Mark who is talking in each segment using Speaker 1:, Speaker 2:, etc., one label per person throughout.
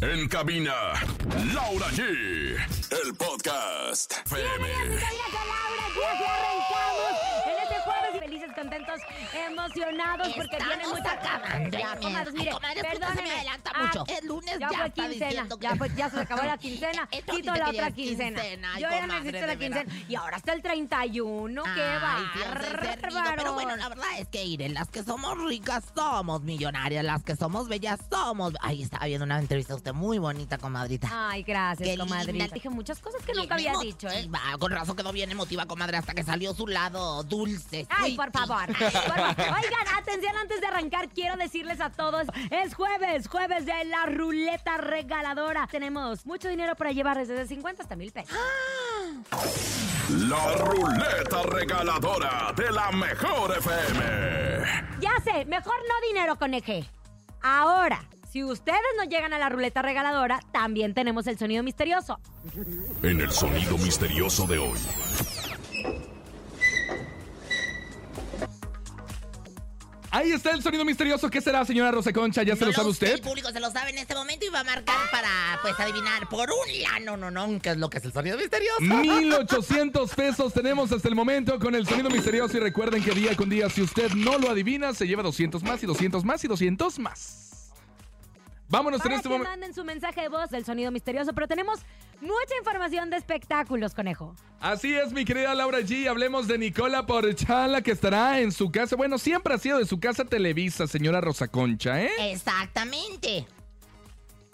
Speaker 1: En cabina, Laura G. El podcast.
Speaker 2: Bienvenidos
Speaker 1: FM.
Speaker 2: a con Laura, G. Aquí arrancamos en este jueves. Felices, contentos, emocionados porque viene
Speaker 3: Estamos
Speaker 2: mucha
Speaker 3: acabando
Speaker 2: Ya,
Speaker 3: el mes.
Speaker 2: comadres, mire,
Speaker 3: Ay, comadre, usted se me
Speaker 2: perdóneme.
Speaker 3: adelanta
Speaker 2: Ah,
Speaker 3: mucho. Es lunes,
Speaker 2: ya
Speaker 3: ya
Speaker 2: fue
Speaker 3: está
Speaker 2: quincena,
Speaker 3: diciendo que-
Speaker 2: ya, fue- ya se acabó la quincena,
Speaker 3: Esto ni
Speaker 2: quito
Speaker 3: te
Speaker 2: la
Speaker 3: quería
Speaker 2: otra
Speaker 3: es
Speaker 2: quincena.
Speaker 3: quincena, ay,
Speaker 2: Yo ya no
Speaker 3: comadre,
Speaker 2: necesito
Speaker 3: de
Speaker 2: la
Speaker 3: veras.
Speaker 2: quincena y ahora está el 31, qué
Speaker 3: Ay, Dios, es
Speaker 2: bárbaro.
Speaker 3: servido. Pero bueno, la verdad es que, Irene, las que somos ricas somos millonarias, las que somos bellas somos... Ahí estaba viendo una entrevista a usted muy bonita, comadrita.
Speaker 2: Ay, gracias,
Speaker 3: Qué
Speaker 2: comadrita.
Speaker 3: linda.
Speaker 2: Dije muchas cosas Ah, que
Speaker 3: Bien
Speaker 2: nunca había dicho,
Speaker 3: emotiva,
Speaker 2: ¿eh?
Speaker 3: Con razón quedó bien emotiva, comadre, hasta que salió su lado dulce.
Speaker 2: Ay,
Speaker 3: sweet.
Speaker 2: por favor. por favor. Oigan, atención, antes de arrancar, quiero decirles a todos, es jueves, jueves de la ruleta regaladora. Tenemos mucho dinero para llevar desde 50 hasta mil pesos.
Speaker 1: La ruleta regaladora de la mejor FM.
Speaker 2: Ya sé, mejor no dinero con eje. Ahora, si ustedes no llegan a la ruleta regaladora, también tenemos el sonido misterioso.
Speaker 1: En el sonido misterioso de hoy.
Speaker 4: Ahí está el sonido misterioso. ¿Qué será, señora Rosa Concha? ¿Ya se
Speaker 3: No
Speaker 4: lo sabe
Speaker 3: sé,
Speaker 4: usted?
Speaker 3: El público se lo sabe en este momento y va a marcar para, pues, adivinar por un lano, no, no, ¿qué es lo que es el sonido misterioso?
Speaker 4: 1800 pesos tenemos hasta el momento con el sonido misterioso y recuerden que día con día si usted no lo adivina se lleva 200 más y 200 más y 200 más. Vámonos en
Speaker 2: Para que
Speaker 4: este momento.
Speaker 2: manden su mensaje de voz del sonido misterioso, pero tenemos mucha información de espectáculos, conejo.
Speaker 4: Así es, mi querida Laura G. Hablemos de Nicola Porchala que estará en su casa. Bueno, siempre ha sido de su casa Televisa, señora Rosa Concha, ¿eh?
Speaker 3: Exactamente.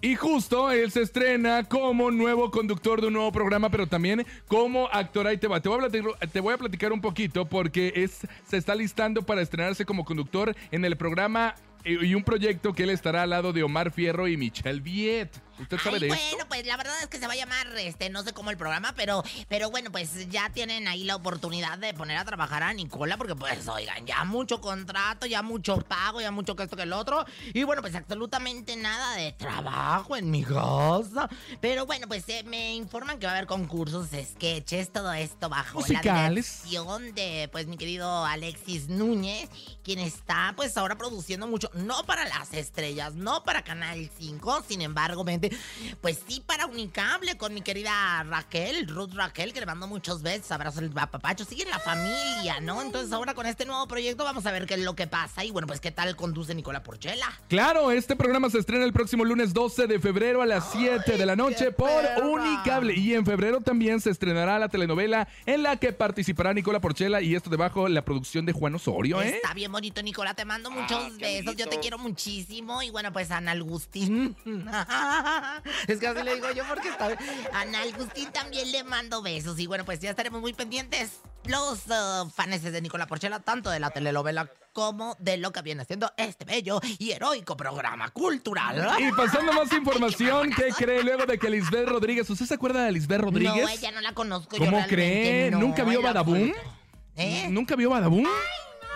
Speaker 4: Y justo él se estrena como nuevo conductor de un nuevo programa, pero también como actor. Ahí te va. Te voy a platicar, te voy a platicar un poquito porque es, se está listando para estrenarse como conductor en el programa eh, y un proyecto que él estará al lado de Omar Fierro y Michelle Viet. ¿Usted sabe
Speaker 3: Ay,
Speaker 4: de
Speaker 3: bueno,
Speaker 4: esto?
Speaker 3: pues la verdad es que se va a llamar, este, no sé cómo el programa, pero, pero bueno, pues ya tienen ahí la oportunidad de poner a trabajar a Nicola, porque pues, oigan, ya mucho contrato, ya mucho pago, ya mucho que esto que el otro, y bueno, pues absolutamente nada de trabajo en mi casa. Pero bueno, pues eh, me informan que va a haber concursos, sketches, todo esto bajo la
Speaker 4: Musicales.
Speaker 3: dirección de, pues, mi querido Alexis Núñez, quien está, pues, ahora produciendo mucho, no para las estrellas, no para Canal 5, sin embargo, vente, pues sí para Unicable, con mi querida Raquel, Ruth Raquel, que le mando muchos besos, abrazos al papacho, sigue la familia, ¿no? Entonces, ahora con este nuevo proyecto vamos a ver qué es lo que pasa y, bueno, pues, qué tal conduce Nicola Porchela.
Speaker 4: Claro, este programa se estrena el próximo lunes 12 de febrero a las 7 de la noche por
Speaker 3: perra!
Speaker 4: Unicable. Y en febrero también se estrenará la telenovela en la que participará Nicola Porchela y esto debajo la producción de Juan Osorio, ¿eh? Ah,
Speaker 3: Está bien bonito, Nicola. Te mando muchos besos. Yo te quiero muchísimo. Y bueno, pues Ana Agustín. es que así le digo yo porque está. Ana Agustín también le mando besos. Y bueno, pues ya estaremos muy pendientes los eh, faneses de Nicola Porchela, tanto de la telenovela como de lo que viene siendo este bello y heroico programa cultural.
Speaker 4: Y pasando más información, ¿qué cree luego de que Lisbeth Rodríguez? ¿Usted se acuerda de Lisbeth Rodríguez?
Speaker 3: No, ella no la conozco. yo
Speaker 4: ¿Cómo
Speaker 3: realmente
Speaker 4: cree?
Speaker 3: no,
Speaker 4: ¿Nunca vio
Speaker 3: en lo
Speaker 4: Badabun?
Speaker 3: absoluto. ¿Eh?
Speaker 4: ¿Nunca vio Badabun?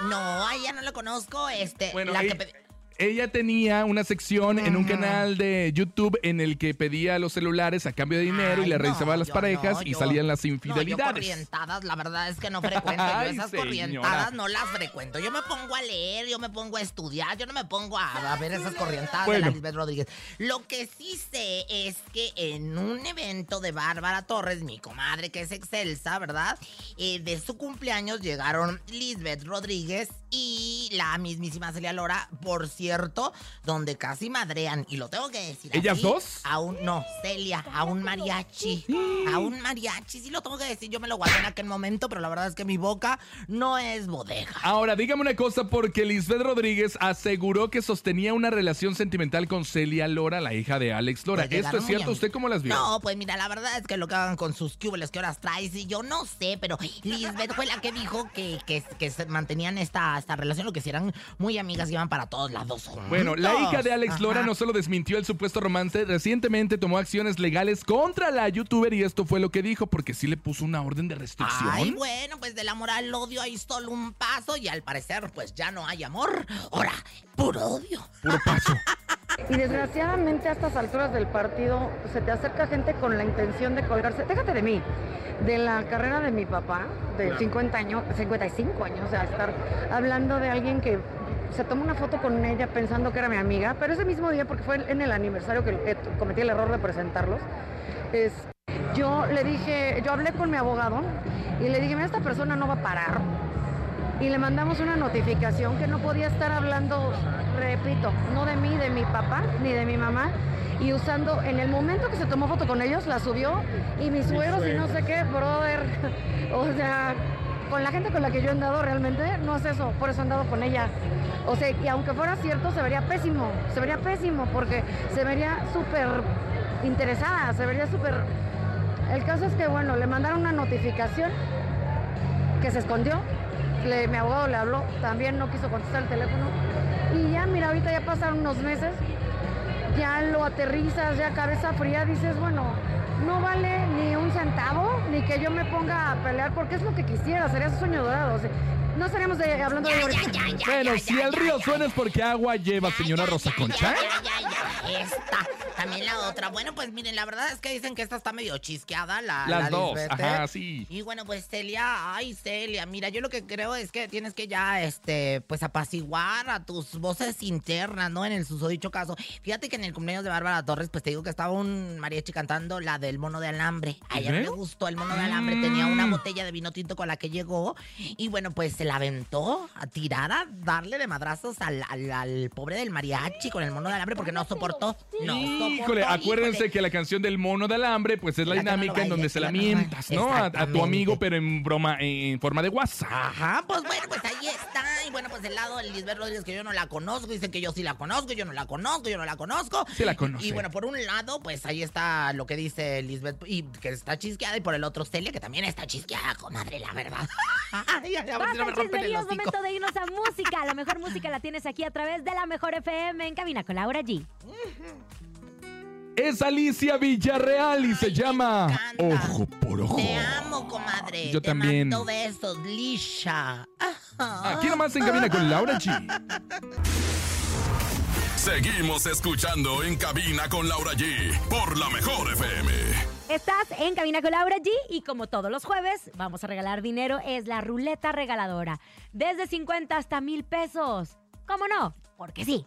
Speaker 3: No, a ella no la conozco. Este,
Speaker 4: Bueno,
Speaker 3: la que
Speaker 4: ella,
Speaker 3: pedí-
Speaker 4: ella tenía una sección en un canal de YouTube en el que pedía los celulares a cambio de dinero y
Speaker 3: Ay,
Speaker 4: le
Speaker 3: no,
Speaker 4: revisaba a las
Speaker 3: yo
Speaker 4: parejas
Speaker 3: no,
Speaker 4: y
Speaker 3: yo-
Speaker 4: salían las
Speaker 3: No, yo
Speaker 4: infidelidades.
Speaker 3: corrientadas, la verdad es que no frecuento. Yo
Speaker 4: Ay,
Speaker 3: esas
Speaker 4: señora.
Speaker 3: corrientadas no las frecuento. Yo me pongo a leer, yo me pongo a estudiar, yo no me pongo a, a ver esas corrientadas de la
Speaker 4: Bueno.
Speaker 3: Lisbeth Rodríguez. Lo que sí sé es que en un evento de Bárbara Torres, mi comadre que es excelsa, ¿verdad? Eh, de su cumpleaños llegaron Lisbeth Rodríguez y la mismísima Celia Lora, por cierto, donde casi madrean. Y lo tengo que decir.
Speaker 4: ¿Ellas
Speaker 3: así,
Speaker 4: dos?
Speaker 3: a un, no, Celia, a un mariachi. A un mariachi, sí lo tengo que decir, yo me lo guardé en aquel momento, pero la verdad es que mi boca no es bodega.
Speaker 4: Ahora, dígame una cosa, porque Lisbeth Rodríguez aseguró que sostenía una relación sentimental con Celia Lora, la hija de Alex Lora.
Speaker 3: Pues
Speaker 4: ¿Esto
Speaker 3: llegaron
Speaker 4: es
Speaker 3: muy
Speaker 4: cierto?
Speaker 3: am-
Speaker 4: ¿Usted cómo las vio?
Speaker 3: No, pues mira, la verdad es que lo que hagan con sus cubles que horas traes, y yo no sé, pero Lisbeth fue la que dijo que, que, que se mantenían esta, esta relación, lo que si eran muy amigas iban para todos lados juntos.
Speaker 4: Bueno, la hija de Alex Lora
Speaker 3: Ajá.
Speaker 4: no solo desmintió el supuesto romance, recientemente tomó acciones legales contra la youtuber y esto fue lo que dijo porque sí le puso una orden de restricción.
Speaker 3: Ay, bueno, pues del amor al odio hay solo un paso y al parecer pues ya no hay amor. Ahora, puro odio.
Speaker 4: Puro paso.
Speaker 5: Y desgraciadamente a estas alturas del partido se te acerca gente con la intención de colgarse, déjate de mí, de la carrera de mi papá, de 50 años, 55 años, o sea, estar hablando de alguien que se tomó una foto con ella pensando que era mi amiga, pero ese mismo día, porque fue en el aniversario que eh, cometí el error de presentarlos, es, yo le dije, yo hablé con mi abogado y le dije, mira, esta persona no va a parar. Y le mandamos una notificación que no podía estar hablando, repito, no de mí, de mi papá, ni de mi mamá. Y usando, en el momento que se tomó foto con ellos, la subió y mis suegros y no sé qué, brother. O sea, con la gente con la que yo he andado realmente, no es eso, por eso he andado con ella. O sea, y aunque fuera cierto, se vería pésimo, se vería pésimo, porque se vería súper interesada, se vería súper... El caso es que, bueno, le mandaron una notificación que se escondió, le- mi abogado le habló, también no quiso contestar el teléfono, y ya, mira, ahorita ya pasaron unos meses, ya lo aterrizas, ya cabeza fría, dices, bueno, no vale ni un centavo, ni que yo me ponga a pelear, porque es lo que quisiera, sería su sueño dorado. o sea, no estaríamos de- hablando de...
Speaker 3: Ya, ya, ya, ya,
Speaker 4: Bueno,
Speaker 3: ya,
Speaker 4: si
Speaker 3: ya,
Speaker 4: el
Speaker 3: ya,
Speaker 4: río
Speaker 3: ya,
Speaker 4: suena es porque agua lleva,
Speaker 3: ya,
Speaker 4: señora
Speaker 3: ya,
Speaker 4: Rosa
Speaker 3: ya,
Speaker 4: Concha.
Speaker 3: ya, ya, ya, ya. Esta, también la otra. Bueno, pues miren, la verdad es que dicen que esta está medio chisqueada, la
Speaker 4: Las
Speaker 3: la
Speaker 4: dos,
Speaker 3: Lisbeth, ¿eh?
Speaker 4: ajá, sí.
Speaker 3: Y bueno, pues Celia, ay Celia, mira, yo lo que creo es que tienes que ya, este, pues apaciguar a tus voces internas, ¿no? En el susodicho caso. Fíjate que en el cumpleaños de Bárbara Torres, pues te digo que estaba un mariachi cantando la del mono de alambre. A ella no
Speaker 4: ¿Eh?
Speaker 3: le gustó el mono de alambre, tenía una botella de vino tinto con la que llegó y bueno, pues se la aventó a tirar, a darle de madrazos al, al- al pobre del mariachi con el mono de alambre porque no soportó. No soportó.
Speaker 4: Híjole, acuérdense
Speaker 3: híjole.
Speaker 4: que la canción del mono de alambre, pues es la
Speaker 3: La que no lo
Speaker 4: dinámica en
Speaker 3: baile,
Speaker 4: donde se la
Speaker 3: la que no lo
Speaker 4: mientas,
Speaker 3: baile.
Speaker 4: ¿no? A, a tu
Speaker 3: Exactamente.
Speaker 4: amigo, pero en broma, en forma de WhatsApp.
Speaker 3: Ajá, pues bueno, pues ahí está. Y bueno, pues el lado de Lisbeth Rodríguez, que yo no la conozco, dicen que yo sí la conozco, yo no la conozco, yo no la conozco.
Speaker 4: Sí la conoce.
Speaker 3: Y bueno, por un lado, pues ahí está lo que dice Lisbeth, y que está chisqueada, y por el otro Celia, que también está chisqueada, comadre, la verdad. Ay, a ver si
Speaker 2: Basta
Speaker 3: no me
Speaker 2: el
Speaker 3: rompen el
Speaker 2: chismerío, es
Speaker 3: hocico.
Speaker 2: momento de irnos a música. La mejor música la tienes aquí a través de la mejor FM en cabina con Laura G.
Speaker 4: Es Alicia Villarreal y se
Speaker 3: Ay, me
Speaker 4: llama
Speaker 3: encanta.
Speaker 4: Ojo por Ojo.
Speaker 3: Te amo, comadre.
Speaker 4: Yo
Speaker 3: Te
Speaker 4: también.
Speaker 3: mando besos, Lisha. Ajá.
Speaker 4: Aquí nomás en cabina con Laura G.
Speaker 1: Seguimos escuchando en cabina con Laura G por la mejor FM.
Speaker 2: Estás en Cabina con Laura G y como todos los jueves vamos a regalar dinero. Es la ruleta regaladora. Desde 50 hasta mil pesos. ¿Cómo no? Porque sí.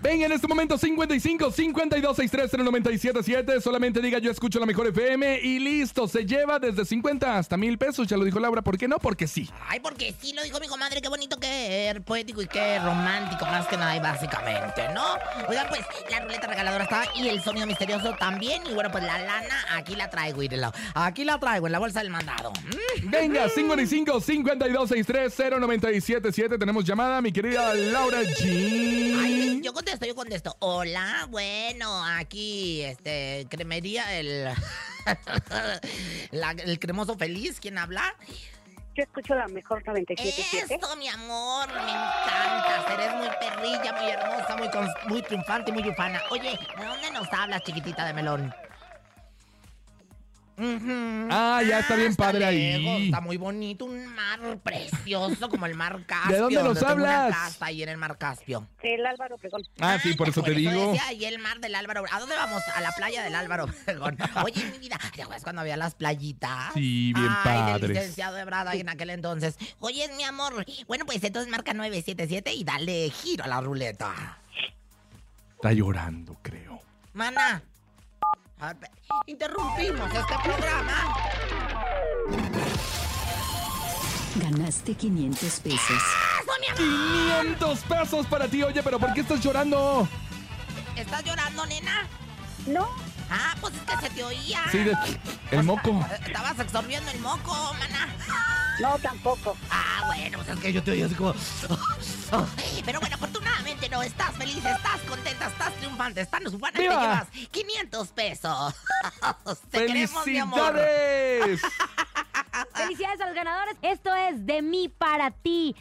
Speaker 4: Venga, en este momento 55 52 63 977 Solamente diga yo escucho la mejor FM y listo, se lleva desde 50 hasta mil pesos. Ya lo dijo Laura, ¿por qué no? Porque sí.
Speaker 3: Ay, porque sí lo dijo mi comadre, qué bonito que es poético y qué romántico, más que nada, y básicamente, ¿no? Oigan, pues la ruleta regaladora está y el sonido misterioso también. Y bueno, pues la lana aquí la traigo, Irelo. Aquí la traigo, en la bolsa del mandado. Mm.
Speaker 4: Venga, 55 52 63 977 Tenemos llamada, mi querida Laura
Speaker 3: Ay,
Speaker 4: G.
Speaker 3: yo contesto, yo contesto. Hola, bueno, aquí, este, cremería, el. la- el cremoso feliz, ¿quién habla?
Speaker 6: Yo escucho la mejor 97.7.
Speaker 3: Eso, mi amor, me encanta. Eres muy perrilla, muy hermosa, muy, cons- muy triunfante y muy ufana. Oye, ¿de dónde nos hablas, chiquitita de melón? Ujú.
Speaker 4: Ah, ya está bien
Speaker 3: está
Speaker 4: padre ahí.
Speaker 3: lejos, Está muy bonito, un mar precioso como el mar Caspio.
Speaker 4: dónde nos
Speaker 3: donde tengo una
Speaker 4: hablas?
Speaker 3: casa ahí en el mar Caspio.
Speaker 6: El Álvaro Obregón.
Speaker 4: Ah, sí, por
Speaker 3: Ay,
Speaker 4: eso te digo.
Speaker 3: decía, y el mar del Álvaro. ¿A dónde vamos? A la playa del Álvaro Obregón. Oye, mi vida, ¿te acuerdas cuando había las playitas?
Speaker 4: Sí, bien
Speaker 3: Ay,
Speaker 4: padres.
Speaker 3: Del licenciado Ebrard ahí en aquel entonces. Oye, mi amor. Bueno, pues entonces marca 977 y dale giro a la ruleta.
Speaker 4: Está llorando, creo.
Speaker 3: Mana. a ver, Interrumpimos este programa.
Speaker 7: Ganaste 500 pesos.
Speaker 3: ¡Eso, ¡Ah, mi amor!
Speaker 4: 500 pesos para ti, oye, pero ¿por qué estás llorando?
Speaker 3: ¿Estás llorando, nena?
Speaker 6: No,
Speaker 3: Ah, pues es que se te oía.
Speaker 4: Sí, de- el moco.
Speaker 3: Estabas absorbiendo el moco, mana.
Speaker 6: no tampoco.
Speaker 3: Ah, bueno, pues es que yo te oía así como. Pero bueno, afortunadamente no. Estás feliz, estás contenta, estás triunfante, estás ufana y te
Speaker 4: ¡Viva!
Speaker 3: llevas 500 pesos. Te queremos, mi amor.
Speaker 4: ¡Felicidades!
Speaker 2: Felicidades a los ganadores. Esto es de mí para ti.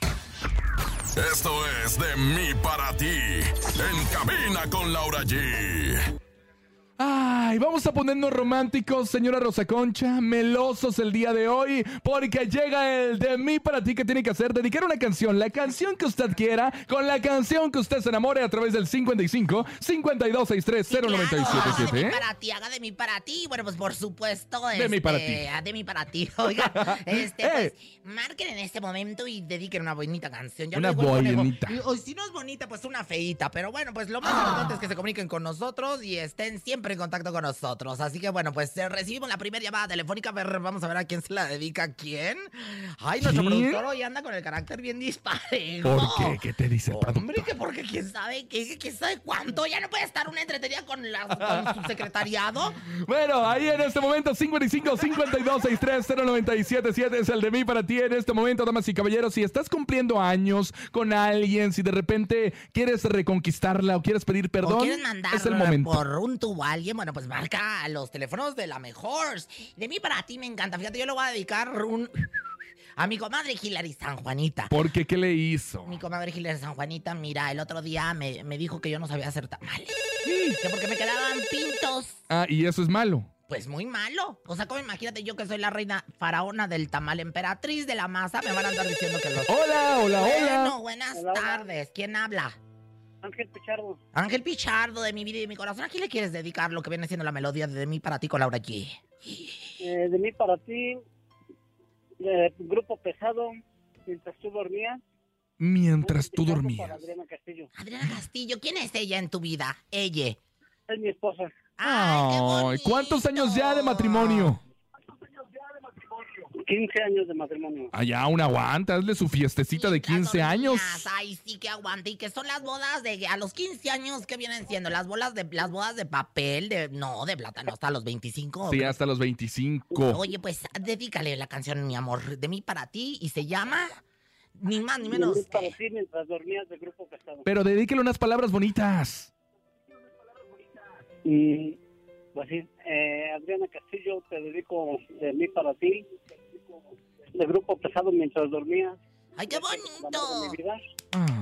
Speaker 1: Esto es de mí para ti. En cabina con Laura G.
Speaker 4: Ay, vamos a ponernos románticos, señora Rosa Concha, melosos el día de hoy, porque llega el de mí para ti que tiene que hacer, dedicar una canción, la canción que usted quiera, con la canción que usted se enamore a través del 55 5263
Speaker 3: Claro, haga de mí
Speaker 4: 0977.
Speaker 3: para ti, haga de mí para ti. Bueno, pues por supuesto.
Speaker 4: ¿eh? De mí para ti.
Speaker 3: este, ah, De mí para ti. Oiga, este,
Speaker 4: Eh.
Speaker 3: pues, marquen en este momento y dediquen una bonita canción. Ya
Speaker 4: Una
Speaker 3: luego le ponemos-
Speaker 4: bonita. Ah.
Speaker 3: y- O si no es bonita, pues una feita. Pero bueno, pues lo más importante es que se comuniquen con nosotros y estén siempre en contacto con nosotros. Así que bueno, pues eh, recibimos la primera llamada telefónica. A ver, vamos a ver a quién se la dedica. ¿Quién? Ay, nuestro
Speaker 4: ¿Quién?
Speaker 3: productor hoy anda con el carácter bien disparejo.
Speaker 4: ¿Por qué? ¿Qué te dice el
Speaker 3: Hombre,
Speaker 4: productor?
Speaker 3: que porque quién sabe, qué, quién sabe cuánto. Ya no puede estar una entretenida con, la, con su secretariado.
Speaker 4: Bueno, ahí en este momento 55 52 63 0977 es el de mí para ti en este momento, damas y caballeros. Si estás cumpliendo años con alguien, si de repente quieres reconquistarla o quieres pedir
Speaker 3: o
Speaker 4: perdón,
Speaker 3: quieren mandar
Speaker 4: es el momento.
Speaker 3: por un tubo a alguien, bueno, pues marca a los teléfonos de la mejor. De mí para ti me encanta. Fíjate, yo le voy a dedicar un... A mi comadre Hilary San Juanita.
Speaker 4: Porque qué le hizo?
Speaker 3: Mi comadre Hilary San Juanita, mira, el otro día me, me dijo que yo no sabía hacer tamales. Que porque me quedaban pintos.
Speaker 4: Ah, y eso es malo.
Speaker 3: Pues muy malo. O sea, como imagínate yo que soy la reina faraona del tamal, emperatriz de la masa, me van a andar diciendo que los...
Speaker 4: Hola, hola,
Speaker 3: Bueno,
Speaker 4: hola.
Speaker 3: buenas
Speaker 6: Hola, hola.
Speaker 3: tardes. ¿Quién habla?
Speaker 6: Ángel Pichardo.
Speaker 3: Ángel Pichardo, de mi vida y de mi corazón. ¿A quién le quieres dedicar lo que viene siendo la melodía de mí para ti con Laura G?
Speaker 6: eh, de mí para ti. de grupo pesado. Mientras tú dormías.
Speaker 4: Mientras
Speaker 6: Un
Speaker 4: tú
Speaker 6: pichazo
Speaker 4: dormías.
Speaker 6: para Adriana Castillo.
Speaker 4: Mm.
Speaker 3: Adriana Castillo, ¿quién es ella en tu vida? Ella.
Speaker 6: Es mi esposa.
Speaker 4: Ay, ¿cuántos años ya de matrimonio?
Speaker 6: 15 años de matrimonio.
Speaker 4: Allá Ah, aún aguanta, hazle su fiestecita de 15 años.
Speaker 3: Ay, sí que aguante. Y que son las bodas de a los 15 años que vienen siendo las bodas de las bodas de papel, de no, de plátano hasta los 25.
Speaker 4: Sí, hasta los 25.
Speaker 3: Oye, pues dedícale la canción, mi amor, de mí para ti y se llama ni más ni menos.
Speaker 6: De mí para ti mientras dormías de grupo pesado.
Speaker 4: Pero dedíquele unas palabras bonitas.
Speaker 6: Y pues sí, eh, Adriana Castillo, te dedico de mí para ti, de grupo pesado mientras dormía.
Speaker 3: Ay, qué
Speaker 6: De
Speaker 3: bonito.
Speaker 6: Este, mi vida, Este,
Speaker 4: Ah,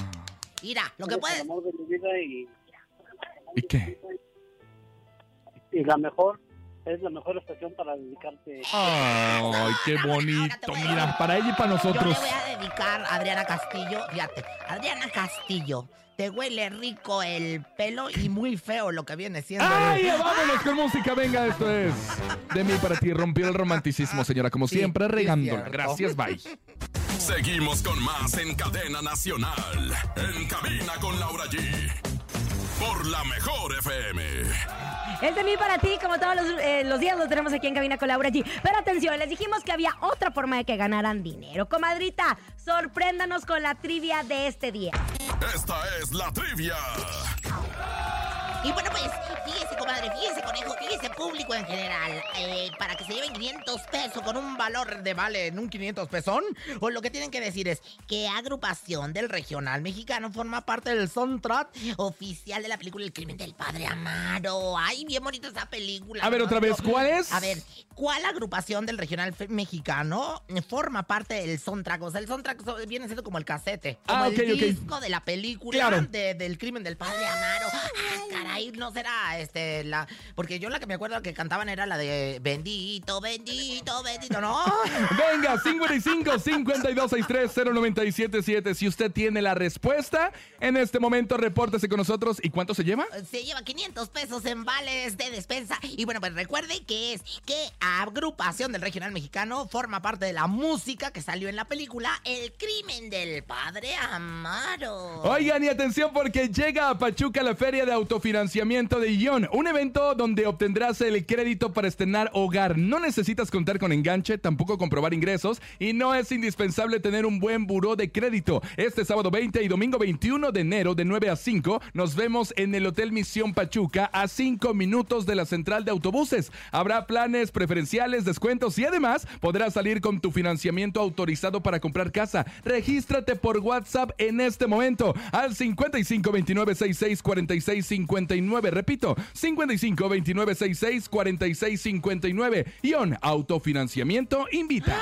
Speaker 3: Mira, lo que
Speaker 6: eres
Speaker 3: puedes.
Speaker 6: El amor de mi vida y,
Speaker 4: ¿Y qué?
Speaker 6: y la mejor, es la mejor estación para dedicarte.
Speaker 4: Ay, qué bonito. Mira, para ella y para nosotros.
Speaker 3: Yo le voy a dedicar a Adriana Castillo. Fíjate, Adriana Castillo, te huele rico el pelo y muy feo lo que viene siendo.
Speaker 4: ¡Ay, vámonos con música! Venga, esto es de mí para ti. Rompió el romanticismo, señora, como
Speaker 3: Sí,
Speaker 4: siempre,
Speaker 3: sí,
Speaker 4: regándola.
Speaker 3: cierto.
Speaker 4: Gracias, bye.
Speaker 1: Seguimos con más en Cadena Nacional. En cabina con Laura G. Por la mejor FM.
Speaker 2: Es de mí para ti, como todos los, eh, los días lo tenemos aquí en Cabina con Laura G. Pero atención, les dijimos que había otra forma de que ganaran dinero. Comadrita, sorpréndanos con la trivia de este día.
Speaker 1: Esta es la trivia.
Speaker 3: Y bueno, pues, fíjese, comadre, fíjese, conejo, fíjese, público en general. eh, para que se lleven 500 pesos con un valor de vale en un 500 pesón, o lo que tienen que decir es que agrupación del regional mexicano forma parte del soundtrack oficial de la película El crimen del padre Amaro. Ay, bien bonita esa película.
Speaker 4: A ver,
Speaker 3: ¿no?
Speaker 4: otra vez, ¿cuál es?
Speaker 3: A ver, ¿cuál agrupación del regional fe- mexicano forma parte del soundtrack? O sea, el soundtrack so- viene siendo como el casete. Como
Speaker 4: Ah,
Speaker 3: el
Speaker 4: ok, ok.
Speaker 3: disco de la película
Speaker 4: Claro.
Speaker 3: de- del crimen del padre Amaro. Ah, caray, no será este la. Porque yo la que me acuerdo que cantaban era la de Bendito, bendito, bendito. No.
Speaker 4: Venga, 55 52 63 0977. Si usted tiene la respuesta, en este momento repórtese con nosotros. ¿Y cuánto se lleva?
Speaker 3: Se lleva 500 pesos en vales de despensa. Y bueno, pues recuerde que es que agrupación del regional mexicano forma parte de la música que salió en la película El crimen del padre Amaro.
Speaker 4: Oigan y atención porque llega a Pachuca la Feria de Autofinanciamiento de Guión, un evento donde obtendrás el crédito para estrenar hogar. No necesitas contar con enganche, tampoco comprobar ingresos y no es indispensable tener un buen buró de crédito. Este sábado 20 y domingo 21 de enero de 9 a 5 nos vemos en el Hotel Misión Pachuca a 5 minutos de la central de autobuses. Habrá planes preferenciales, descuentos y además podrás salir con tu financiamiento autorizado para comprar casa. Regístrate por WhatsApp en este momento al 55 29 66 46 59. Repito, 55 29 66 46 59. Ion Autofinanciamiento invita.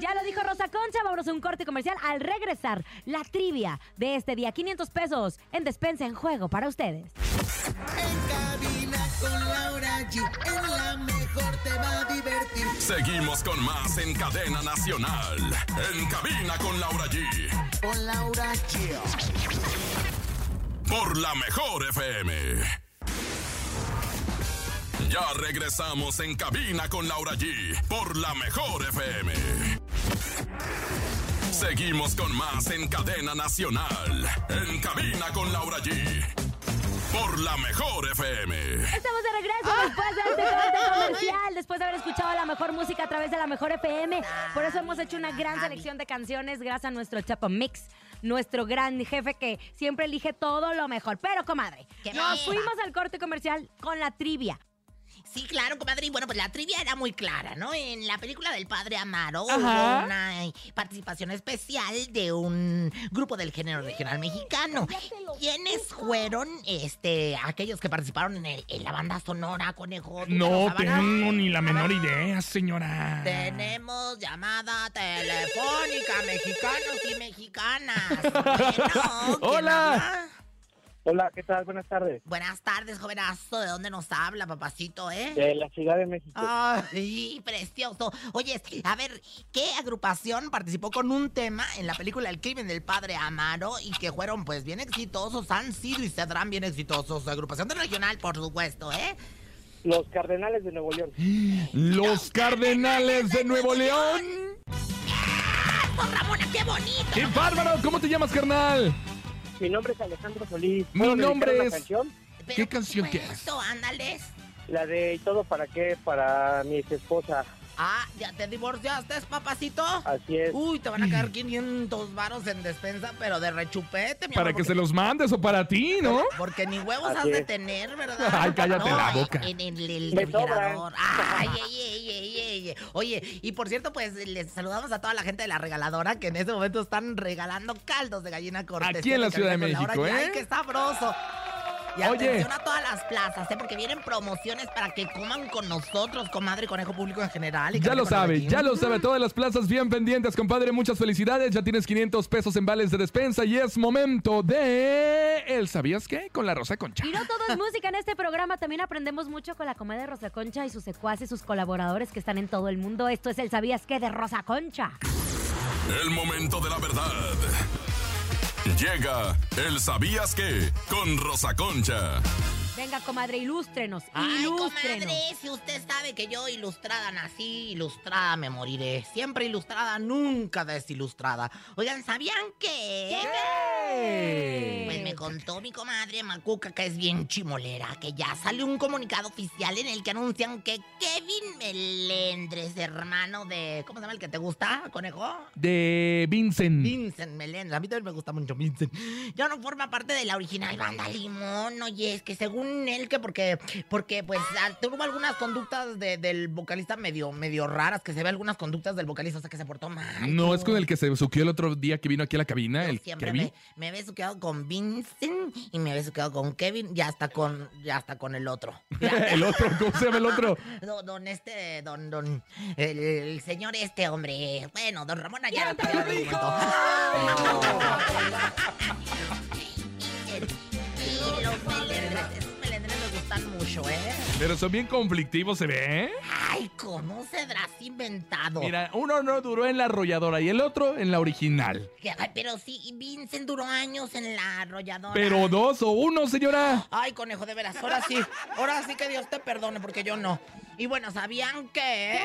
Speaker 2: Ya lo dijo Rosa Concha, vámonos a un corte comercial. Al regresar, la trivia de este día, 500 pesos en despensa en juego para ustedes.
Speaker 8: En cabina con Laura G. En la mejor te va a divertir.
Speaker 1: Seguimos con más en cadena nacional. En cabina con Laura G.
Speaker 8: Con Laura G.
Speaker 1: Por la mejor FM. Ya regresamos en cabina con Laura G. Por la mejor FM. Seguimos con más en cadena nacional. En cabina con Laura G. Por la mejor FM.
Speaker 2: Estamos de regreso después de este corte comercial, después de haber escuchado la mejor música a través de la mejor FM. Por eso hemos hecho una gran selección de canciones gracias a nuestro Chapo Mix, nuestro gran jefe que siempre elige todo lo mejor. Pero, comadre,
Speaker 3: ¡Qué
Speaker 2: nos
Speaker 3: beba!
Speaker 2: fuimos al corte comercial con la trivia.
Speaker 3: Sí, claro, compadre. Y bueno, pues la trivia era muy clara, ¿no? En la película del padre Amaro
Speaker 9: Ajá.
Speaker 3: hubo una eh, participación especial de un grupo del género regional mexicano. ¿Quiénes fueron este, aquellos que participaron en, el- en la banda sonora, conejo?
Speaker 4: No
Speaker 3: Sábanas?
Speaker 4: tengo ni la
Speaker 3: A
Speaker 4: menor
Speaker 3: ver,
Speaker 4: idea, señora.
Speaker 3: Tenemos llamada telefónica, mexicanos y mexicanas. Bueno, ¿quién
Speaker 4: Hola.
Speaker 3: habla?
Speaker 6: Hola, ¿qué tal? Buenas tardes.
Speaker 3: Buenas tardes, jovenazo. ¿De dónde nos habla, papacito, eh?
Speaker 6: De la Ciudad de México.
Speaker 3: Ay, precioso. Oye, a ver, ¿qué agrupación participó con un tema en la película El crimen del padre Amaro y que fueron pues bien exitosos, han sido y serán bien exitosos? Agrupación de regional, por supuesto, ¿eh?
Speaker 6: Los Cardenales de Nuevo León.
Speaker 4: Los Cardenales de Nuevo León.
Speaker 3: ¡Oh, Ramona, qué bonito!
Speaker 4: ¡Qué bárbaro! ¿Cómo te llamas, carnal?
Speaker 6: Mi nombre es Alejandro Solís.
Speaker 4: Mi
Speaker 6: ¿Puedo dedicar
Speaker 4: nombre
Speaker 6: una
Speaker 4: es-
Speaker 6: canción?
Speaker 3: Pero,
Speaker 4: ¿Qué canción
Speaker 3: por
Speaker 4: quieres?
Speaker 3: supuesto, ándales.
Speaker 6: La de ¿Y todo para qué? Para mi ex esposa.
Speaker 3: Ah, ¿ya te divorciaste, papacito?
Speaker 6: Así es.
Speaker 3: Uy, te van a quedar 500 varos en despensa, pero de rechupete, mi
Speaker 4: Para
Speaker 3: amor,
Speaker 4: que
Speaker 3: porque-
Speaker 4: se los mandes o para ti, ¿no?
Speaker 3: Porque ni huevos
Speaker 6: Así
Speaker 3: has de
Speaker 6: es.
Speaker 3: tener, ¿verdad?
Speaker 4: Ay, cállate la
Speaker 3: en-
Speaker 4: boca.
Speaker 3: En, en el
Speaker 6: Me
Speaker 3: refrigerador. Ay, ey, ey, ey, ey, ey. Oye, y por cierto, pues les saludamos a toda la gente de la regaladora que en este momento están regalando caldos de gallina cortesía.
Speaker 4: Aquí en la
Speaker 3: de
Speaker 4: Ciudad de
Speaker 3: Cabina con
Speaker 4: México,
Speaker 3: Laura.
Speaker 4: ¿eh?
Speaker 3: Ay, qué sabroso. Y
Speaker 4: Oye.
Speaker 3: atención a todas las plazas, ¿eh? porque vienen promociones para que coman con nosotros, comadre y conejo público en general. y
Speaker 4: Ya
Speaker 3: Cabina
Speaker 4: lo
Speaker 3: con
Speaker 4: sabe,
Speaker 3: Laura
Speaker 4: ya
Speaker 3: G.
Speaker 4: lo sabe. Todas las plazas bien pendientes, compadre. Muchas felicidades. Ya tienes 500 pesos en vales de despensa y es momento de... ¿El sabías qué? Con la Rosa Concha.
Speaker 2: Y no todo es música en este programa, también aprendemos mucho con la comedia de Rosa Concha y sus secuaces, sus colaboradores que están en todo el mundo. Esto es el ¿Sabías qué? de Rosa Concha.
Speaker 1: El momento de la verdad. Llega el sabías que con Rosa Concha.
Speaker 2: Venga, comadre, ilústrenos,
Speaker 3: Ay,
Speaker 2: ilústrenos.
Speaker 3: comadre, si usted sabe que yo ilustrada nací, ilustrada me moriré. Siempre ilustrada, nunca desilustrada. Oigan, ¿sabían qué? Pues me contó mi comadre Macuca, que es bien chimolera, que ya salió un comunicado oficial en el que anuncian que Kevin Melendres, hermano de... ¿Cómo se llama el que te gusta, conejo?
Speaker 4: De Vincent.
Speaker 3: Vincent Melendres. A mí también me gusta mucho Vincent. Ya no forma parte de la original banda Limón. Oye, es que según él, que porque, porque pues ah, tuvo algunas conductas de- del vocalista medio, medio raras, que se ve algunas conductas del vocalista, o sea, que se portó mal.
Speaker 4: No, es con el que se suquió el otro día que vino aquí a la cabina,
Speaker 3: Yo
Speaker 4: el
Speaker 3: siempre
Speaker 4: Kevin.
Speaker 3: me, me había suqueado con Vincent y me había suqueado con Kevin y hasta con, y hasta con el otro. Ya.
Speaker 4: el otro, ¿cómo se llama el otro?
Speaker 3: Don, don este, don, don, el, el señor este hombre, bueno, don Ramón Ayala.
Speaker 9: te lo
Speaker 3: todavía
Speaker 9: dijo?
Speaker 3: Y los melendres, esos melendres me gustan mucho, ¿eh?
Speaker 4: Pero son bien conflictivos, ¿se ve?
Speaker 3: Ay, ¿cómo se habrás inventado?
Speaker 4: Mira, uno no duró en la arrolladora y el otro en la original.
Speaker 3: Que- ay, pero sí, y Vincent duró años en la arrolladora.
Speaker 4: Pero dos o uno, señora.
Speaker 3: Ay, conejo, de veras, ahora sí, ahora sí que Dios te perdone, porque yo no. Y bueno, ¿sabían que...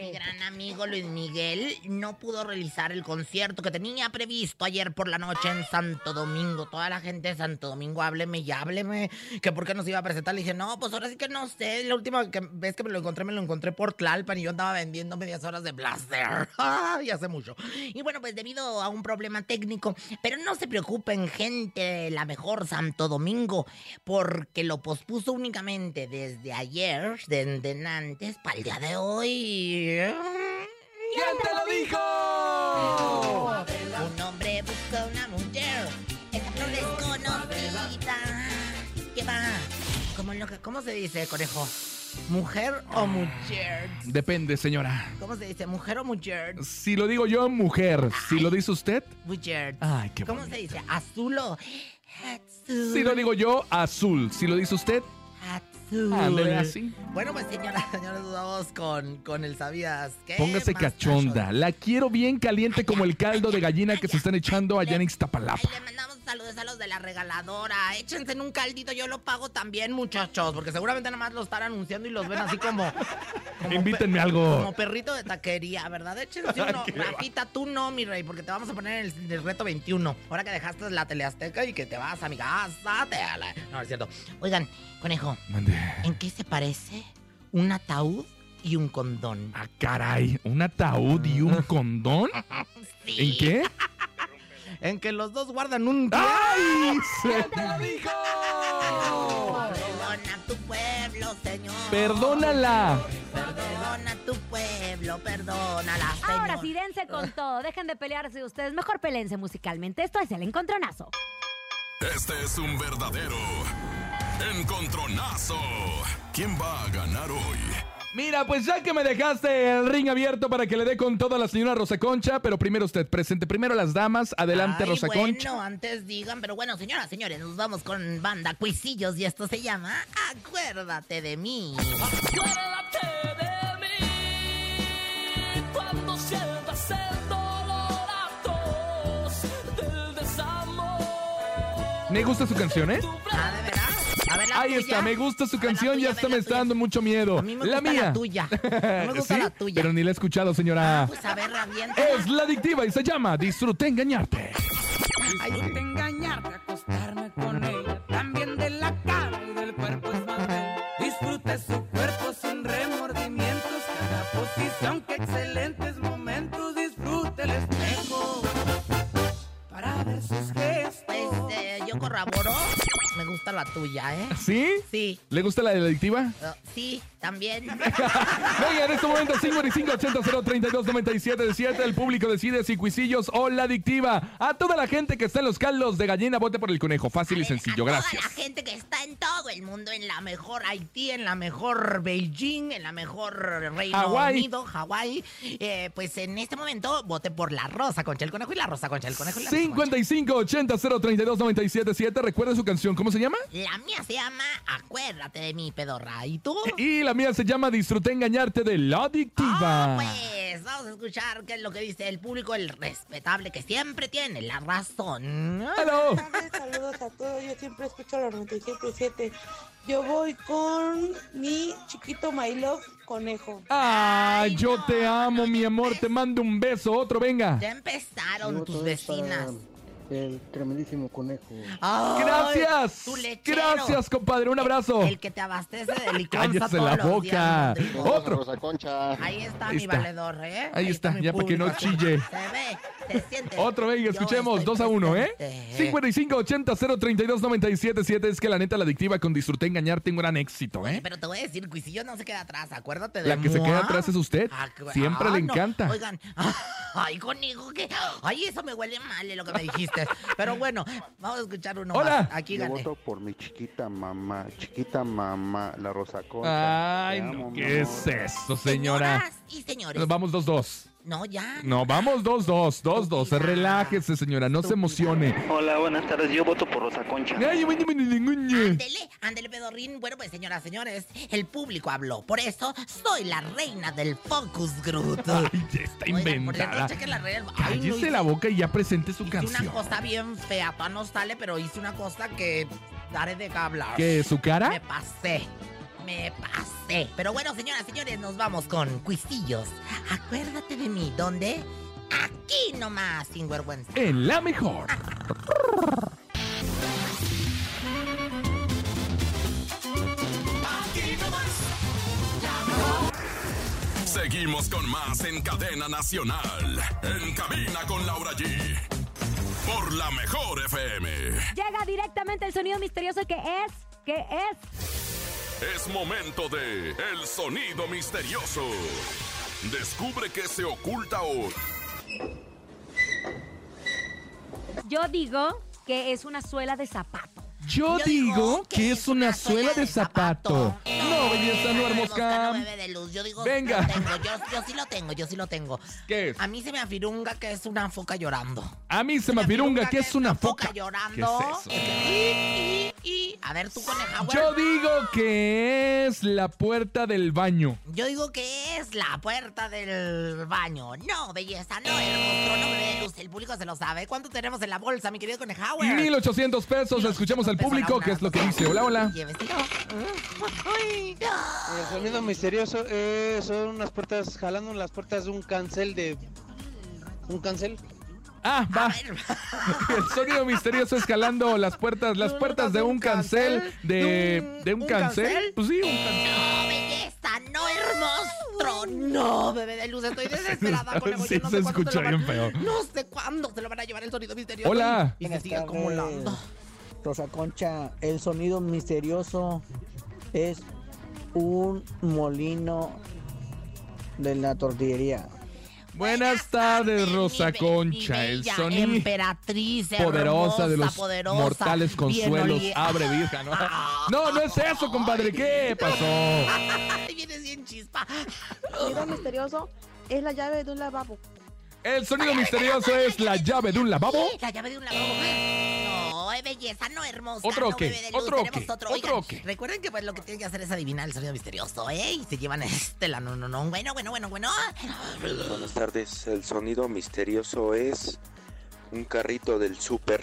Speaker 3: Mi gran amigo Luis Miguel no pudo realizar el concierto que tenía previsto ayer por la noche en Santo Domingo. Toda la gente de Santo Domingo, hábleme y hábleme, que por qué nos iba a presentar. Le dije, no, pues ahora sí que no sé. La última que- vez que me lo encontré, me lo encontré por Tlalpan y yo andaba vendiendo medias horas de placer. Ay, hace mucho. Y bueno, pues debido a un problema técnico, pero no se preocupen, gente de la mejor Santo Domingo, porque lo pospuso únicamente desde ayer, desde antes, para el día de hoy.
Speaker 9: ¿Quién te lo dijo?
Speaker 3: Un hombre busca una mujer, esta flor desconocida. ¿Qué va? ¿Cómo, lo que- ¿Cómo se dice, conejo? ¿Mujer o mujer?
Speaker 4: Depende, señora.
Speaker 3: ¿Cómo se dice? ¿Mujer o mujer?
Speaker 4: Si lo digo yo, mujer. Si lo dice usted,
Speaker 3: Mujer.
Speaker 4: Ay, Ah, qué
Speaker 3: ¿Cómo se dice? ¿Azul o azul?
Speaker 4: Si lo digo yo, azul. Si lo dice usted,
Speaker 3: Azul.
Speaker 4: ándele así.
Speaker 3: Bueno, pues señoras, señores, vamos con, con el sabías. ¿Qué
Speaker 4: Póngase
Speaker 3: Eh, más,
Speaker 4: cachonda.
Speaker 3: Nacho?
Speaker 4: La quiero bien caliente como el caldo de gallina que se están echando allá en
Speaker 3: Ay,
Speaker 4: Ixtapalapa.
Speaker 3: le mandamos saludos a los de la regaladora. Échense en un caldito, yo lo pago también, muchachos. Porque seguramente nada más lo están anunciando y los ven así como. como
Speaker 4: Invítenme
Speaker 3: pe-
Speaker 4: algo.
Speaker 3: Como perrito de taquería, ¿verdad? Échense uno. Rafita, tú no, mi rey, porque te vamos a poner en el, en el reto 21. Ahora que dejaste la teleazteca y que te vas a mi casa. te a la- No, es cierto. Oigan, conejo,
Speaker 4: Mande.
Speaker 3: ¿en qué se parece un ataúd y un condón?
Speaker 4: Ah, caray. ¿Un ataúd y un condón? ¿En qué? ¡Ah!
Speaker 3: En que los dos guardan un.
Speaker 4: ¡Ay! se-
Speaker 3: Perdona tu pueblo, señor.
Speaker 4: Perdónala.
Speaker 3: Perdona tu pueblo, perdónala, señor.
Speaker 2: Ahora sí, dense con todo. Dejen de pelearse ustedes. Mejor pelense musicalmente. Esto es el encontronazo.
Speaker 1: Este es un verdadero encontronazo. ¿Quién va a ganar hoy?
Speaker 4: Mira, pues ya que me dejaste el ring abierto para que le dé con toda la señora Rosa Concha, pero primero usted presente, primero las damas, adelante
Speaker 3: Ay,
Speaker 4: Rosa
Speaker 3: bueno,
Speaker 4: Concha.
Speaker 3: antes digan, pero bueno, señoras, señores, nos vamos con banda Cuisillos y esto se llama Acuérdate de mí. Ah,
Speaker 9: Acuérdate de mí cuando sientas el dolor atroz del desamor.
Speaker 4: Me gusta su canción, ¿eh?
Speaker 3: Ah, ¿de verdad? A ver, la
Speaker 4: Ahí
Speaker 3: tuya.
Speaker 4: está, me gusta su
Speaker 3: pues A ver, la
Speaker 4: canción,
Speaker 3: tuya, a
Speaker 4: ya
Speaker 3: ver, la
Speaker 4: está me está
Speaker 3: tuya.
Speaker 4: dando mucho miedo.
Speaker 3: A mí me
Speaker 4: la
Speaker 3: gusta
Speaker 4: mía.
Speaker 3: la tuya. No me gusta
Speaker 4: ¿Sí?
Speaker 3: la tuya.
Speaker 4: Pero ni la he escuchado, señora.
Speaker 3: Ah, pues a ver, revienta.
Speaker 4: Es la adictiva y se llama Disfruté engañarte.
Speaker 9: Disfruté engañarte, acostarme con ella. También de la cara y del cuerpo es más bella. Disfruté su cuerpo sin remordimientos. Cada posición, que excelentes momentos. Disfruta el espejo para ver sus
Speaker 3: Pues
Speaker 9: gestos.
Speaker 3: eh, yo corroboro. Me gusta la tuya, ¿eh?
Speaker 4: ¿Sí?
Speaker 3: Sí.
Speaker 4: ¿Le gusta la de la adictiva?
Speaker 3: Eh, Sí, también.
Speaker 4: Venga, en este momento 55 80 0 32 97 7 El público decide si cuisillos o la adictiva. A toda la gente que está en los caldos de gallina, vote por el conejo. Fácil y
Speaker 3: A ver,
Speaker 4: sencillo,
Speaker 3: a
Speaker 4: gracias.
Speaker 3: Toda la gente que está en todo el mundo, en la mejor Haití, en la mejor Beijing, en la mejor Reino
Speaker 4: Hawái.
Speaker 3: Unido, Hawái, eh, pues en este momento vote por la rosa concha el conejo y la rosa concha el conejo y la rosa concha.
Speaker 4: 55 80 0 32 97 7 Recuerda su canción, ¿cómo se llama?
Speaker 3: La mía se llama Acuérdate de mí, pedorra. ¿Y tú?
Speaker 4: Y la mía se llama Disfruté engañarte de la
Speaker 3: Ah,
Speaker 4: adictiva.
Speaker 3: pues vamos a escuchar qué es lo que dice el público, el respetable que siempre tiene la razón.
Speaker 4: ¡Halo!
Speaker 10: tardes, saludos a todos. Yo siempre escucho la 97.7. Yo voy con mi chiquito My Love Conejo.
Speaker 4: Ay, Ah, yo
Speaker 3: no,
Speaker 4: te amo,
Speaker 3: no,
Speaker 4: mi
Speaker 3: ya
Speaker 4: amor, te mando un beso, otro, venga.
Speaker 3: Ya empezaron tus vecinas.
Speaker 11: El tremendísimo conejo.
Speaker 3: Ay,
Speaker 4: Gracias.
Speaker 3: tu lechero.
Speaker 4: Gracias, compadre, un abrazo.
Speaker 3: El que te abastece de licor.
Speaker 4: Cállese la boca. Otro.
Speaker 11: Rosa Concha.
Speaker 3: Ahí está
Speaker 4: Ahí
Speaker 3: mi
Speaker 4: está.
Speaker 3: valedor, ¿eh?
Speaker 4: Ahí está,
Speaker 3: mi
Speaker 4: ya para que no
Speaker 3: público.
Speaker 4: chille.
Speaker 3: Se ve, se siente.
Speaker 4: Otro, venga,
Speaker 3: Yo
Speaker 4: escuchemos.
Speaker 3: estoy
Speaker 4: 2 a 1, ¿eh?
Speaker 3: presente.
Speaker 4: 55 80 032 97 7. Es que la neta, la adictiva con disfruté engañarte un gran éxito, ¿eh?
Speaker 3: Pero te voy a decir, Cuisillo no se queda atrás, acuérdate de
Speaker 4: La que se
Speaker 3: moi.
Speaker 4: queda atrás es usted.
Speaker 3: Ah, que-
Speaker 4: Siempre
Speaker 3: ah,
Speaker 4: le
Speaker 3: no.
Speaker 4: encanta.
Speaker 3: Oigan, ay, conejo, que. Ay, eso me huele mal eh, lo que me dijiste. Pero bueno, vamos a escuchar uno
Speaker 4: Hola.
Speaker 3: más. Aquí
Speaker 11: Yo
Speaker 3: gané.
Speaker 11: voto por mi chiquita mamá, chiquita mamá, la Rosa Concha.
Speaker 4: Ay,
Speaker 11: Te
Speaker 4: no,
Speaker 11: amo, mi
Speaker 4: ¿qué
Speaker 11: amor.
Speaker 4: es esto, señora?
Speaker 3: Señoras y señores.
Speaker 4: Nos vamos 2-2.
Speaker 3: No, ya.
Speaker 4: No, vamos 2-2. 2-2.
Speaker 3: Estúpida.
Speaker 4: Relájese, señora. No se emocione.
Speaker 12: Hola, buenas tardes. Yo voto por Rosa Concha.
Speaker 4: Ay, bueno, bueno, bueno.
Speaker 3: Ándele, ándele, pedorrín. Bueno, pues, señoras, señores, el público habló. Por eso soy la reina del Focus Group.
Speaker 4: Ay, ya está
Speaker 3: Oigan, por
Speaker 4: inventada.
Speaker 3: cierto, chequen las redes. Ay, no,
Speaker 4: Cállese
Speaker 3: hice-
Speaker 4: la boca y ya presente su
Speaker 3: hice
Speaker 4: canción.
Speaker 3: una cosa bien fea, pa' no sale, pero hice una cosa que daré de qué hablar.
Speaker 4: ¿Qué? ¿Su
Speaker 3: Me
Speaker 4: cara?
Speaker 3: pasé, me pasé. Pero bueno, señoras, señores, nos vamos con Cuisillos. Acuérdate de mí, ¿dónde? Aquí nomás, sinvergüenza.
Speaker 4: En la mejor.
Speaker 1: Seguimos con más en cadena nacional. En cabina con Laura G. Por la mejor FM.
Speaker 2: Llega directamente el sonido misterioso que es, que es.
Speaker 1: Es momento de El sonido misterioso. Descubre qué se oculta hoy.
Speaker 2: Yo digo que es una suela de zapato.
Speaker 4: Yo digo que es una suela de zapato.
Speaker 3: No,
Speaker 4: no, belleza, no, hermosca.
Speaker 3: nueve de luz. Yo digo,
Speaker 4: Venga.
Speaker 3: lo tengo, yo, yo sí lo tengo, yo sí lo tengo.
Speaker 4: ¿Qué es?
Speaker 3: A mí se me afirunga que es una foca llorando.
Speaker 4: A mí se me pirunga que es una foca. ¿Qué
Speaker 3: llorando.
Speaker 4: es eso?
Speaker 3: Y, y, y- a ver, tú coneja, güey.
Speaker 4: Yo digo que es la puerta del baño.
Speaker 3: Yo digo que es la puerta del baño. No, belleza, no, hermoso, no me dé luz. El público se lo sabe. ¿Cuánto tenemos en la bolsa, mi querido Conejauer?
Speaker 4: 1800 pesos, escuchemos al público qué es lo que dice. Hola, hola.
Speaker 3: Lléveselo. Ay,
Speaker 13: El sonido misterioso eh, son unas puertas, jalando las puertas de un cancel de... ¿Un cancel?
Speaker 4: Ah, va. El sonido misterioso escalando las puertas, las puertas de un cancel de de un cancel. Pues sí, un cancel.
Speaker 3: No, belleza, no, hermoso. No, bebé de luz, estoy desesperada con
Speaker 4: Sí, se escucha bien feo.
Speaker 3: No sé cuándo se lo van a llevar el sonido misterioso.
Speaker 4: Hola.
Speaker 3: Y se sigue acumulando.
Speaker 14: Rosa Concha, el sonido misterioso es un molino de la tortillería.
Speaker 4: Buenas tardes, Rosa Concha. El
Speaker 3: Bella
Speaker 4: sonido
Speaker 3: emperatriz
Speaker 4: poderosa de los
Speaker 3: poderosa,
Speaker 4: mortales
Speaker 3: bien
Speaker 4: consuelos.
Speaker 3: olie-
Speaker 4: Abre virgen. ¿no? No, no es eso, compadre. ¿Qué pasó?
Speaker 3: Ay, vienes bien chispa.
Speaker 15: sonido misterioso es la llave de un lavabo.
Speaker 4: El sonido misterioso es la llave de un lavabo.
Speaker 3: La llave de un lavabo. No, eh, belleza, no hermosa.
Speaker 4: ¿Otro
Speaker 3: no,
Speaker 4: qué?
Speaker 3: bebé de luz,
Speaker 4: ¿Otro
Speaker 3: tenemos
Speaker 4: qué?
Speaker 3: Otro,
Speaker 4: ¿Otro
Speaker 3: Oigan,
Speaker 4: qué?
Speaker 3: Recuerden que pues lo que tienen que hacer es adivinar el sonido misterioso, ¿eh? Y se llevan este la no, no, no. Bueno, bueno, bueno, bueno.
Speaker 16: Buenas tardes, el sonido misterioso es un carrito del súper.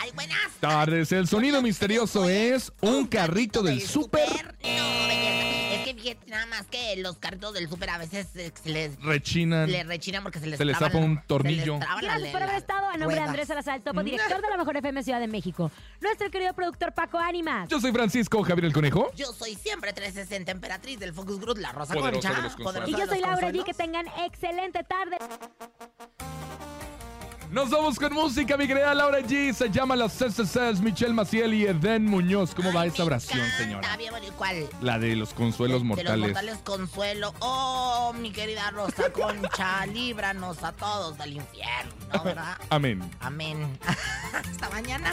Speaker 3: Ay, buenas
Speaker 4: Tardes, el sonido misterioso es un carrito del súper
Speaker 3: No, belleza. Es que fíjate nada más que los cartos del súper a veces eh, se les
Speaker 4: rechinan.
Speaker 3: Le rechinan porque se les
Speaker 4: Se les
Speaker 3: traban-
Speaker 4: tapa un
Speaker 3: se les
Speaker 4: tornillo.
Speaker 3: traban la-
Speaker 2: Gracias por haber
Speaker 3: la- Mm.
Speaker 2: estado. A nombre de
Speaker 3: ruedas.
Speaker 2: Andrés Salazar, el topo director de la Mejor FM Ciudad de México. Nuestro querido productor Paco Ánimas.
Speaker 4: Yo soy Francisco Javier el Conejo.
Speaker 3: Yo soy siempre 360, emperatriz del Focus Group, la Rosa
Speaker 4: Poderosa
Speaker 3: Concha.
Speaker 4: de los consuelos.
Speaker 2: Y yo soy Laura G. Que
Speaker 3: te...
Speaker 2: tengan excelente tarde.
Speaker 4: Nos vamos con música, mi querida Laura G. Se llama las CCCs, Michelle Maciel y Eden Muñoz. ¿Cómo va esa oración, señora?
Speaker 3: Está bien, bueno, ¿y cuál?
Speaker 4: La de los consuelos
Speaker 3: De los
Speaker 4: mortales.
Speaker 3: mortales consuelo. Oh, mi querida Rosa Concha, líbranos a todos del infierno, ¿verdad?
Speaker 4: Amén.
Speaker 3: Amén. Hasta mañana.